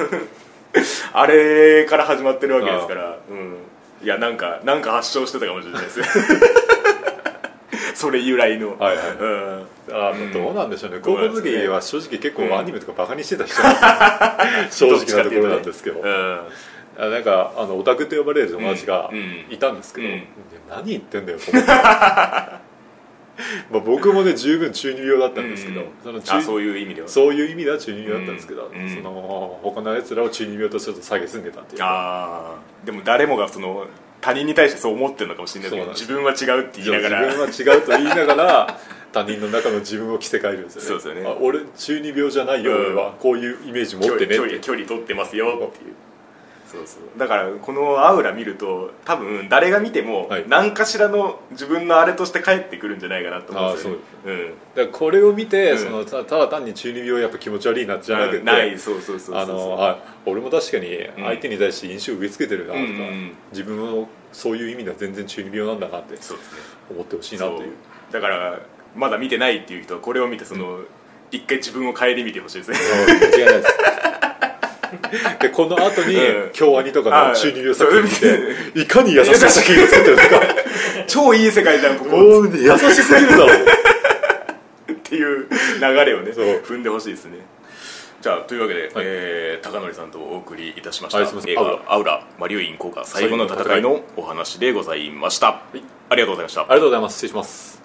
[SPEAKER 1] あれから始まってるわけですから、うん、いやなんかなんか発症してたかもしれない ですそれ由来の、
[SPEAKER 2] はいはい
[SPEAKER 1] うん、
[SPEAKER 2] あーどうなんでしょうね高校の時は正直結構アニメとかバカにしてた 人なんですよ正直なところなんですけど
[SPEAKER 1] うん
[SPEAKER 2] あなんかあのオタクと呼ばれる友達が
[SPEAKER 1] うんうん
[SPEAKER 2] いたんですけど、
[SPEAKER 1] うん
[SPEAKER 2] いや何言ってんだよと思って まあ僕もね十分中二病だったんですけど、その
[SPEAKER 1] あ
[SPEAKER 2] 中
[SPEAKER 1] そういう意味では
[SPEAKER 2] そういう意味では中二病だったんですけど、
[SPEAKER 1] うんうん
[SPEAKER 2] その他のやつらを中二病とちょっと下げすんでたっていうか
[SPEAKER 1] ああでも誰もがその他人に対してそう思ってるのかもしれないけど自
[SPEAKER 2] そ
[SPEAKER 1] 分は違うって言いながら
[SPEAKER 2] 自分は違うと言いながら 他人の中の自分を着せ替えるんですよね
[SPEAKER 1] そうですよね
[SPEAKER 2] あ俺中二病じゃないよ、
[SPEAKER 1] うん
[SPEAKER 2] 俺はこういうイメージ持ってね
[SPEAKER 1] 距
[SPEAKER 2] っ
[SPEAKER 1] 離
[SPEAKER 2] て
[SPEAKER 1] 距離取ってますよっていうそうそうだからこのアウラ見ると多分誰が見ても
[SPEAKER 2] はい
[SPEAKER 1] 何かしらの自分のあれとして返ってくるんじゃないかなと思うんですよね
[SPEAKER 2] だからこれを見て、
[SPEAKER 1] うん
[SPEAKER 2] そのたただ単に中二病やっぱ気持ち悪いなじゃなくて、
[SPEAKER 1] うんないそうそうそうそう
[SPEAKER 2] あのあ俺も確かに相手に対して印象を植え付けてるなとか、
[SPEAKER 1] うんうんうん
[SPEAKER 2] 自分もそういう意味では全然中二病なんだなって
[SPEAKER 1] そうですね
[SPEAKER 2] 思ってほしいな
[SPEAKER 1] そ
[SPEAKER 2] と
[SPEAKER 1] う
[SPEAKER 2] いう
[SPEAKER 1] だからまだ見てないっていう人はこれを見てその一回自分を顧みてほしいですね
[SPEAKER 2] 間違いないですでこの後に
[SPEAKER 1] うん
[SPEAKER 2] 京アニとかの中二病作品見
[SPEAKER 1] は
[SPEAKER 2] ていかに優しい作品を作ってる のか
[SPEAKER 1] 超いい世界じゃんここ
[SPEAKER 2] もうね優しすぎるだ ろう
[SPEAKER 1] っていう流れをね
[SPEAKER 2] そう
[SPEAKER 1] 踏んでほしいですねじゃあというわけで、
[SPEAKER 2] はい
[SPEAKER 1] えー高則さんとお送りいたしました
[SPEAKER 2] はいすいません
[SPEAKER 1] 映
[SPEAKER 2] アウ
[SPEAKER 1] 画「アウラマリウイン効果最後の戦い」のお話でございました、ありがとうございました
[SPEAKER 2] ありがとうございます失礼します